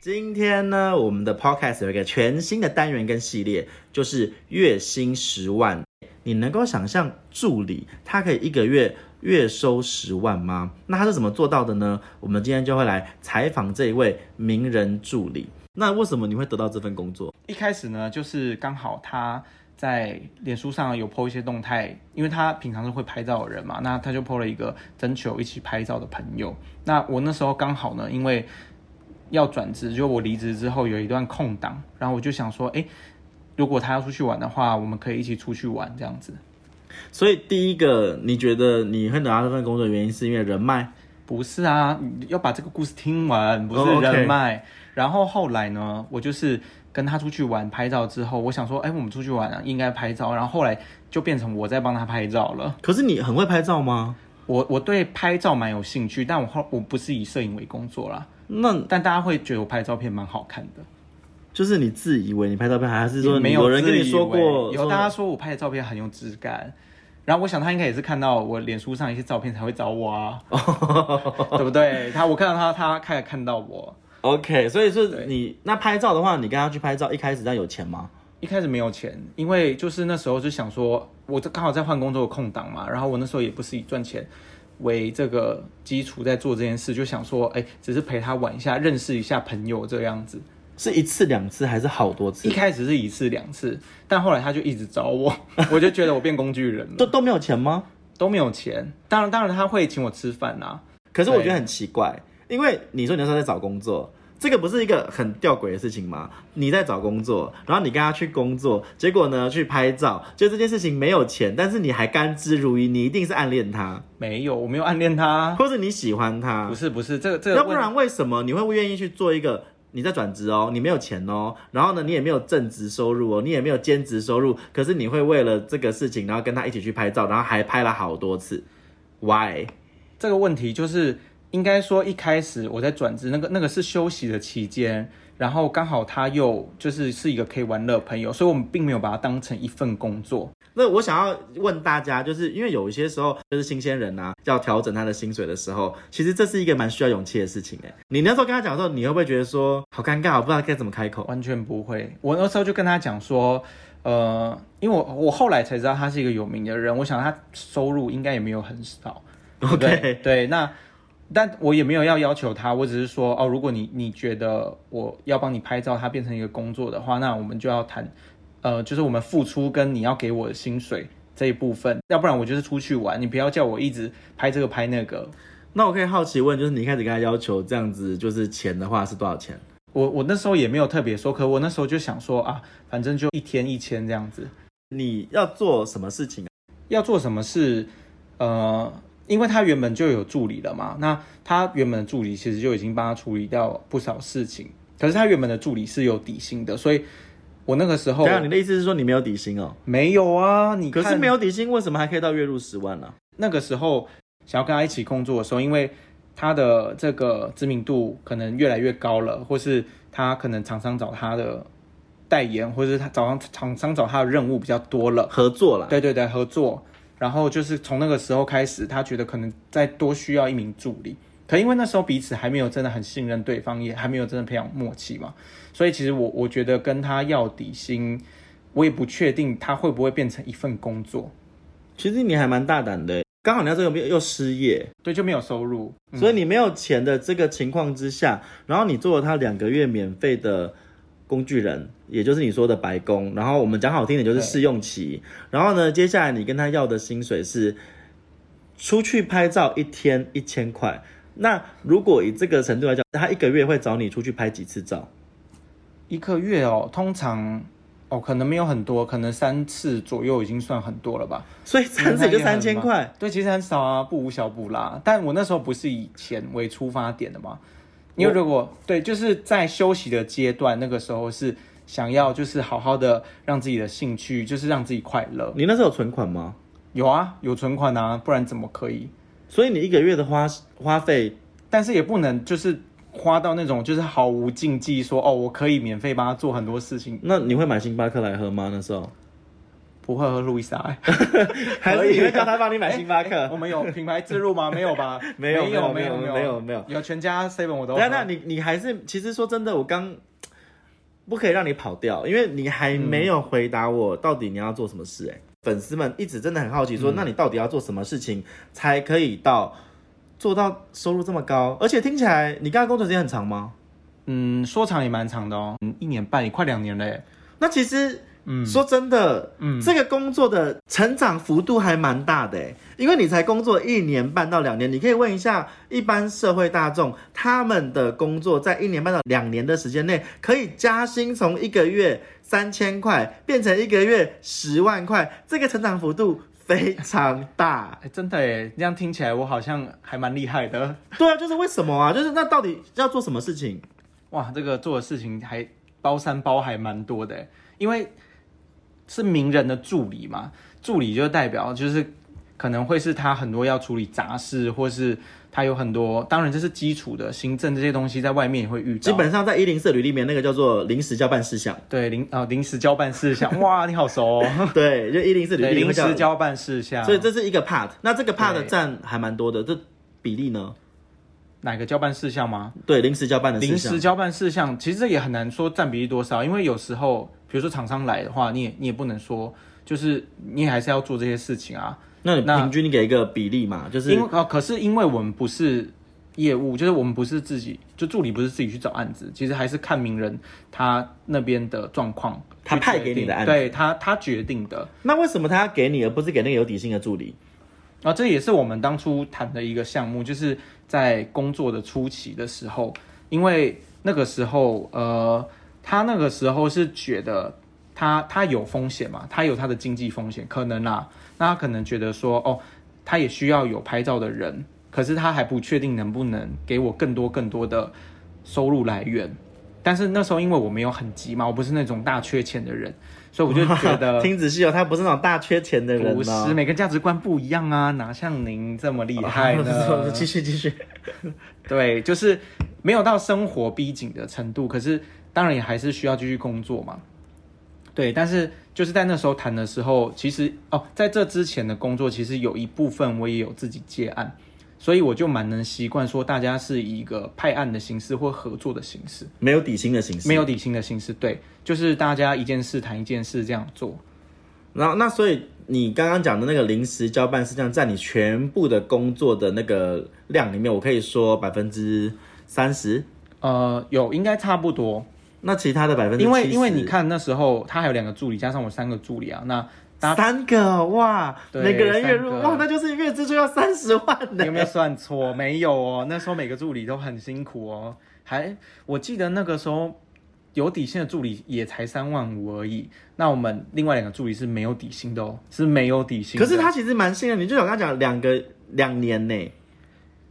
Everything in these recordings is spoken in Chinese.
今天呢，我们的 podcast 有一个全新的单元跟系列，就是月薪十万。你能够想象助理他可以一个月月收十万吗？那他是怎么做到的呢？我们今天就会来采访这一位名人助理。那为什么你会得到这份工作？一开始呢，就是刚好他在脸书上有 po 一些动态，因为他平常是会拍照的人嘛，那他就 po 了一个征求一起拍照的朋友。那我那时候刚好呢，因为要转职，就我离职之后有一段空档，然后我就想说，哎、如果他要出去玩的话，我们可以一起出去玩这样子。所以第一个，你觉得你会得到这份工作的原因是因为人脉？不是啊，你要把这个故事听完，不哦是，OK 人脉。然后后来呢，我就是跟他出去玩拍照之后，我想说，哎、我们出去玩啊，应该拍照。然后后来就变成我在帮他拍照了。可是你很会拍照吗？我我对拍照蛮有兴趣，但我后我不是以摄影为工作啦，那但大家会觉得我拍照片蛮好看的。就是你自以为你拍照片，还是说也你没有人跟你自以说为过？有说大家说我拍的照片很有质感，然后我想他应该也是看到我脸书上一些照片才会找 我啊，对不对？他我看到他，他开始看到我。 OK，所以是你那拍照的话，你跟他去拍照，一开始这样有钱吗？一开始没有钱，因为就是那时候就想说，我这刚好在换工作的空档嘛，然后我那时候也不是以赚钱为这个基础在做这件事，就想说，哎、只是陪他玩一下，认识一下朋友这样子。是一次两次还是好多一次？开始是一次两次，但后来他就一直找我， 我就觉得我变工具人了，都都没有钱吗？都没有钱。当然，当然他会请我吃饭啊啦、可是我觉得很奇怪，因为你说你那时候在找工作，这个不是一个很吊诡的事情吗？你在找工作，然后你跟他去工作，结果呢去拍照，就这件事情没有钱，但是你还甘之如饴，你一定是暗恋他，没有，我没有暗恋他，或是你喜欢他不，是不是，这个这要个不问然为什么你会愿意去做一个？你在转职哦，你没有钱哦，然后呢，你也没有正职收入哦，你也没有兼职收入，可是你会为了这个事情，然后跟他一起去拍照，然后还拍了好多次，why？这个问题就是应该说一开始我在转职那个那个是休息的期间，然后刚好他又就是是一个可以玩乐的朋友，所以我们并没有把它当成一份工作。那我想要问大家，就是因为有一些时候，就是新鲜人啊，要调整他的薪水的时候，其实这是一个蛮需要勇气的事情哎。你那时候跟他讲的时候，你会不会觉得说好尴尬，我不知道该怎么开口？完全不会。我那时候就跟他讲说，呃，因为我我后来才知道他是一个有名的人，我想他收入应该也没有很少。对不对 OK 对，那但我也没有要要求他，我只是说哦，如果你你觉得我要帮你拍照，它变成一个工作的话，那我们就要谈，呃，就是我们付出跟你要给我的薪水这一部分，要不然我就是出去玩，你不要叫我一直拍这个拍那个。那我可以好奇问，就是你一开始跟他要求这样子，就是钱的话是多少钱？我我那时候也没有特别说，可我那时候就想说啊，反正就一天一千这样子。你要做什么事情？要做什么事，呃，因为他原本就有助理了嘛，那他原本的助理其实就已经帮他处理掉不少事情，可是他原本的助理是有底薪的，所以我那个时候对啊，你的意思是说你没有底薪哦？没有啊，你可看是没有底薪，为什么还可以到月入十万呢、那个时候想要跟他一起工作的时候，因为他的这个知名度可能越来越高了，或是他可能厂商找他的代言，或是他找上厂商找他的任务比较多了。合作啦，对对对，合作。然后就是从那个时候开始，他觉得可能再多需要一名助理。可因为那时候彼此还没有真的很信任对方，也还没有真的培养默契嘛，所以其实我我觉得跟他要底薪，我也不确定他会不会变成一份工作，其实你还蛮大胆的。刚好你那时候又又失业，对，就没有收入。嗯所以你没有钱的这个情况之下，然后你做了他两个月免费的工具人，也就是你说的白工，然后我们讲好听点就是试用期，然后呢，接下来你跟他要的薪水是出去拍照一天一千块。那如果以这个程度来讲，他一个月会找你出去拍几次照？一个月哦，通常哦可能没有很多，可能三次左右已经算很多了吧。所以三次也就三千块，对，其实很少啊，不无小补啦。但我那时候不是以钱为出发点的嘛，因为如果对，就是在休息的阶段，那个时候是想要就是好好的让自己的兴趣，就是让自己快乐。你那时候有存款吗？有啊，有存款啊，不然怎么可以？所以你一个月的花花费但是也不能就是花到那种就是毫无禁忌说，哦，我可以免费帮他做很多事情，那你会买星巴克来喝吗？那时候不会喝路易莎、欸，还可是以你会叫他帮你买星巴哎克？ 我们有品牌植入吗？没有吧？ 没有没有，没有有，没有没没有有，有全家 seven 我都喝。那那你你还是，其实说真的，我刚不可以让你跑掉，因为你还没有回答我到底你要做什么事、欸。粉丝们一直真的很好奇嗯说，那你到底要做什么事情才可以到做到收入这么高？而且听起来你刚刚工作时间很长吗？嗯，说长也蛮长的哦，嗯，一年半，也快两年嘞、那其实，嗯说真的，嗯这个工作的成长幅度还蛮大的欸，因为你才工作一年半到两年，你可以问一下一般社会大众，他们的工作在一年半到两年的时间内，可以加薪从一个月三千块变成一个月十万块，这个成长幅度非常大哎、。真的哎，这样听起来我好像还蛮厉害的。对啊，就是为什么啊？ 就是那到底要做什么事情？哇，这个做的事情还包山包海蛮多的欸，因为是名人的助理嘛，助理就代表就是可能会是他很多要处理杂事，或是他有很多，当然这是基础的行政这些东西，在外面也会遇到。基本上在一零四履历里面，那个叫做临时交办事项。对临啊、临时交办 事项，哇，你好熟哦。对，就一零四履对，历里面临会叫时交办事项，所以这是一个 part。那这个 part 对占还蛮多的，这比例呢？哪个交办事项吗？对，临时交办的事临项时。交办事项，其实这也很难说占比例多少，因为有时候，比如说厂商来的话，你也你也不能说，就是你也还是要做这些事情啊。那你那平均给一个比例嘛，就是因为哦，可是因为我们不是业务，就是我们不是自己，就助理不是自己去找案子，其实还是看名人他那边的状况，他去派决给你定的案对他他决定的。那为什么他要给你，而不是给那个有底薪的助理？然后啊这也是我们当初谈的一个项目，就是在工作的初期的时候，因为那个时候，呃，他那个时候是觉得他他有风险嘛，他有他的经济风险，可能啊，那他可能觉得说，哦，他也需要有拍照的人，可是他还不确定能不能给我更多更多的收入来源。但是那时候因为我没有很急嘛，我不是那种大缺钱的人，所以我就觉 得听仔细哦，他不是那种大缺钱的人不是，哦。每个价值观不一样啊，哪像您这么厉害 呢？继续继续，对，就是没有到生活逼紧的程度，可是当然也还是需要继续工作嘛。对，但是就是在那时候谈的时候，其实哦，在这之前的工作，其实有一部分我也有自己接案，所以我就蛮能习惯说大家是以一个派案的形式或合作的形式，没有底薪的形式。没有底薪的形式。对，就是大家一件事谈一件事这样做。然后那所以你刚刚讲的那个临时交办事项，在你全部的工作的那个量里面，我可以说百分之三十，呃，有应该差不多，那其他的百分之因为因为你看那时候他还有两个助理，加上我三个助理啊，那 大三个哦哇，对每个人月三入个哇，那就是月支出要三十万你呢 有。没有算错？没有哦，那时候每个助理都很辛苦哦，还我记得那个时候有底薪的助理也才三万五而已，那我们另外两个助理是没有底薪的哦，是没有底薪可的。是他其实蛮信任你，就像我刚刚讲两个两年呢，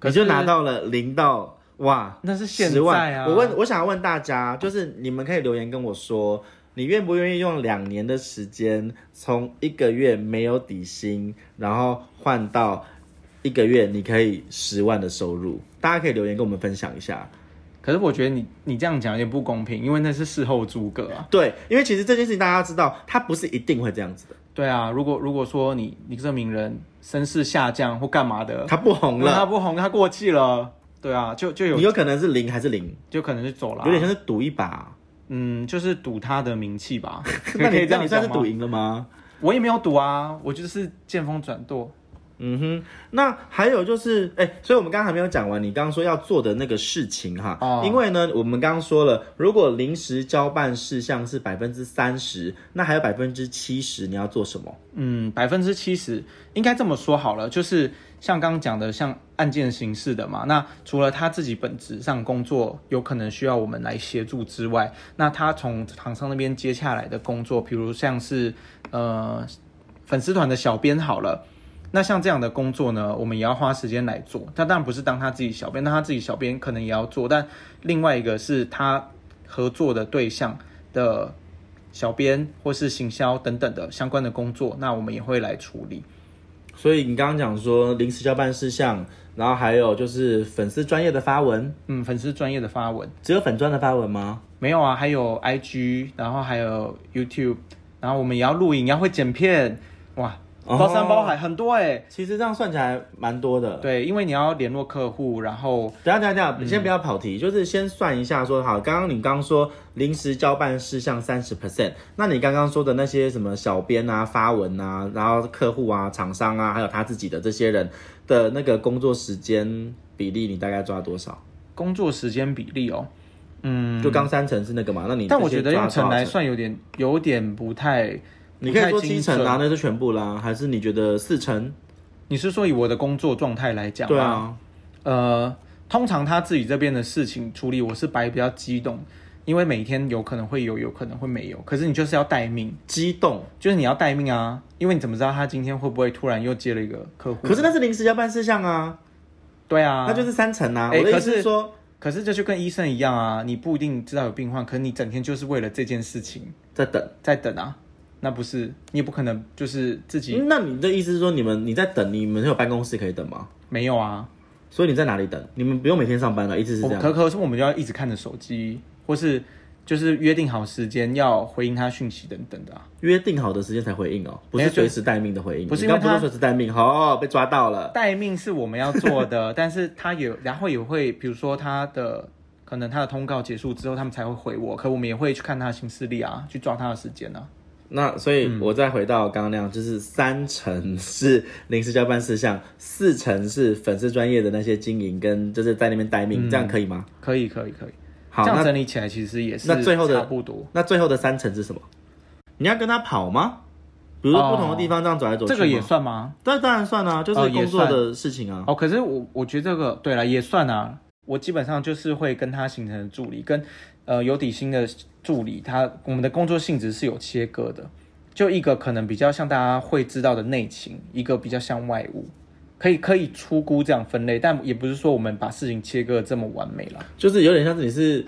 可你是就拿到了零到哇那是现十万在啊我问，我想问大家，就是你们可以留言跟我说，你愿不愿意用两年的时间，从一个月没有底薪，然后换到一个月你可以十万的收入？大家可以留言跟我们分享一下。可是我觉得你你这样讲有点不公平，因为那是事后诸葛啊。对，因为其实这件事情大家知道，它不是一定会这样子的，对啊，如果如果说你你这名人身世下降或干嘛的，它不红他了，不红，他过气了，对啊，就就有你有可能是零还是零，就可能就走了啊、有点像是赌一把。。嗯，就是赌他的名气吧 那可你以这那样你算讲是吗赌赢了吗？我也没有赌啊，我就是见风转舵。嗯哼，那还有就是，哎、所以我们刚刚还没有讲完，你刚刚说要做的那个事情哈，哦因为呢，我们刚刚说了，如果临时交办事项是百分之三十，那还有百分之七十你要做什么？嗯，百分之七十应该这么说好了，就是像刚刚讲的，像案件形式的嘛。那除了他自己本质上工作有可能需要我们来协助之外，那他从厂商那边接下来的工作，比如像是呃粉丝团的小编好了。那像这样的工作呢，我们也要花时间来做。他当然不是当他自己小编，但他自己小编可能也要做。但另外一个是他合作的对象的小编或是行销等等的相关的工作，那我们也会来处理。所以你刚刚讲说临时交办事项，然后还有就是粉丝专业的发文，嗯，粉丝专业的发文只有粉专的发文吗？没有啊，还有 IG，然后还有 YouTube，然后我们也要录影，也要会剪片，哇，哦包山包海很多哎、其实这样算起来蛮多的。对，因为你要联络客户，然后等一下等一下，嗯等一下，先不要跑题，就是先算一下说好，刚刚你刚刚说临时交办事项三十 percent，那你刚刚说的那些什么小编啊、发文啊，然后客户啊、厂商啊，还有他自己的这些人的那个工作时间比例，你大概抓多少？工作时间比例哦，嗯，就刚三成是那个嘛，那你但这我些觉得抓用多少成来，算有点有点不太，你可以不说太精七成啊，准。那就全部啦，还是你觉得四成？你是说以我的工作状态来讲？对，啊，呃，通常他自己这边的事情处理，我是摆比较激动，因为每天有可能会有，有可能会没有，可是你就是要待命，激动。就是你要待命啊，因为你怎么知道他今天会不会突然又接了一个客户？可是那是临时交办事项啊，对啊，那就是三成啊。哎我的意可思是是说，可是这就跟医生一样啊，你不一定知道有病患，可是你整天就是为了这件事情在等。在等啊，那不是你也不可能就是自己嗯那你的意思是说，你们你在等，你们有办公室可以等吗？没有啊。所以你在哪里等？你们不用每天上班了，一直是我这们样。可可是我们就要一直看着手机，或是就是约定好时间要回应他讯息等等的啊。约定好的时间才回应哦，不没是有就随时待命的回应。不是你刚因不是为他随时待命，哦，被抓到了。待命是我们要做的， 但是他有，然后也会，比如说他的可能他的通告结束之后，他们才会回我，可我们也会去看他的行事历啊，去抓他的时间啊。那所以，我再回到刚刚那样，就是三成是临时交办事项，四成是粉丝专业的那些经营跟就是在那边待命，这样可以吗？可以，可以，可以。好，嗯这样那整理起来其实也是那最后的差不多。那最后的三成是什么？你要跟他跑吗？比如说不同的地方这样走来走去哦这吗，个也算吗？那当然算啊，就是哦也工作算的事情啊。哦，可是我我觉得这个对了也算啊。我基本上就是会跟他形成的助理，跟呃有底薪的助理，他我们的工作性质是有切割的。就一个可能比较像大家会知道的内勤，一个比较像外务，可以可以粗估这样分类，但也不是说我们把事情切割得这么完美啦。就是有点像是你是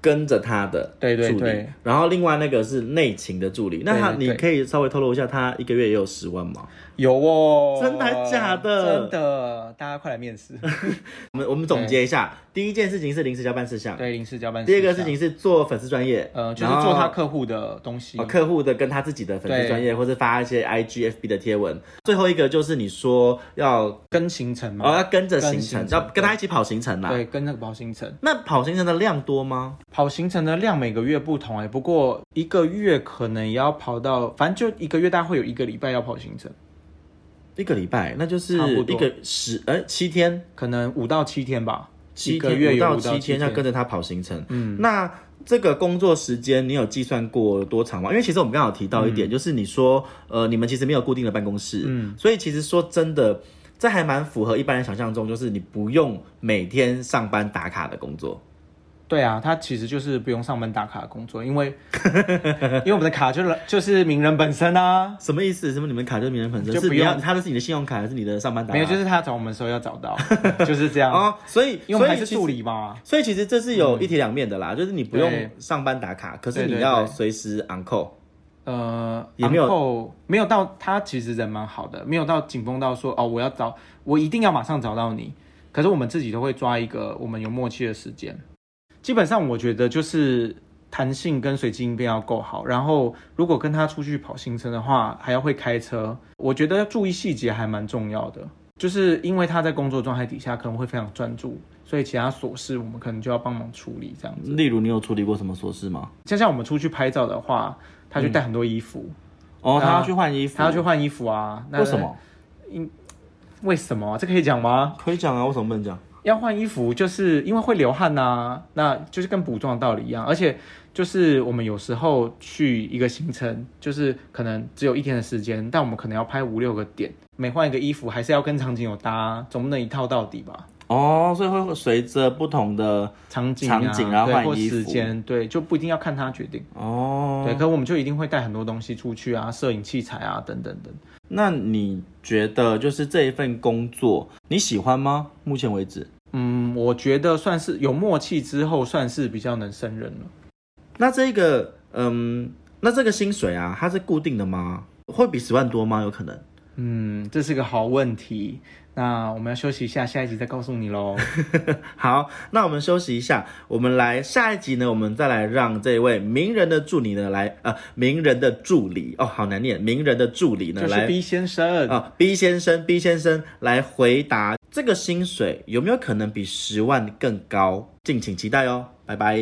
跟着他的对对助理对，然后另外那个是内勤的助理，那他对对你对可以稍微透露一下，他一个月也有十万吗？有哦，真的假的真的，大家快来面 试。我们我们总结一下，第一件事情是临时交办事项，对，临时交班。第二个事，情是做粉丝专业，呃，就是然后做他客户的东西哦。客户的跟他自己的粉丝对专业，或是发一些 IG、FB 的贴文。最后一个就是你说要哦跟行程嘛，要跟着嗯跟行行程，程要跟他一起跑行程啦。对，跟那个包行程。那跑行程的量多吗？跑行程的量每个月不同哎、不过一个月可能也要跑到，反正就一个月大概会有一个礼拜要跑行程，一个礼拜，那就是差不多一个十呃七天，可能五到七天吧，七一个天月五有到五七天要跟着他跑行程。嗯，那这个工作时间你有计算过多长吗？因为其实我们刚好提到一嗯点，就是你说呃，你们其实没有固定的办公室，嗯，所以其实说真的。这还蛮符合一般人想象中，就是你不用每天上班打卡的工作。对啊，他其实就是不用上班打卡的工作，因为因为我们的卡就是就是名人本身啊，什么意思？什么你们卡就名人本身就是不你要用他的是你的信用卡还是你的上班打卡？没有就是他找我们的时候要找到，就是这样，啊 哦，所以因为我们还所以是其实助理嘛，所以其实这是有一体两面的啦，就是你不用对上班打卡，可是对对你要对随时 on call。呃，也没有然后没有到他其实人蛮好的，没有到紧绷到说哦，我要找我一定要马上找到你。可是我们自己都会抓一个我们有默契的时间。基本上我觉得就是弹性跟随机应变要够好，然后如果跟他出去跑行程的话，还要会开车。我觉得要注意细节还蛮重要的，就是因为他在工作状态底下可能会非常专注，所以其他琐事我们可能就要帮忙处理这样子。例如，你有处理过什么琐事吗？就像我们出去拍照的话，他嗯就带很多衣服。哦，他啊要去换衣服，他要去换衣服啊。那为什？么？为什么？这可以讲吗？可以讲啊，为什么不能讲？要换衣服，就是因为会流汗呐、啊那就是跟补妆的道理一样。而且就是我们有时候去一个行程，就是可能只有一天的时间，但我们可能要拍五六个点，每换一个衣服还是要跟场景有搭啊，总不能一套到底吧？哦，所以会随着不同的场景、啊、场景然后对换或衣服时间，对，就不一定要看他决定。哦，对，可我们就一定会带很多东西出去啊，摄影器材啊，等等等。那你觉得就是这一份工作你喜欢吗？目前为止，嗯，我觉得算是有默契之后，算是比较能胜任了。那这个嗯，那这个薪水啊，它是固定的吗？会比十万多吗？有可能， 嗯，这是个好问题。那我们要休息一下，下一集再告诉你喽。好，那我们休息一下，我们来下一集呢，我们再来让这位名人的助理呢来呃，名人的助理哦，好难念，名人的助理呢就来是 B 先生，啊、b 先生，B 先生来回答这个薪水有没有可能比十万更高？敬请期待哦，拜拜。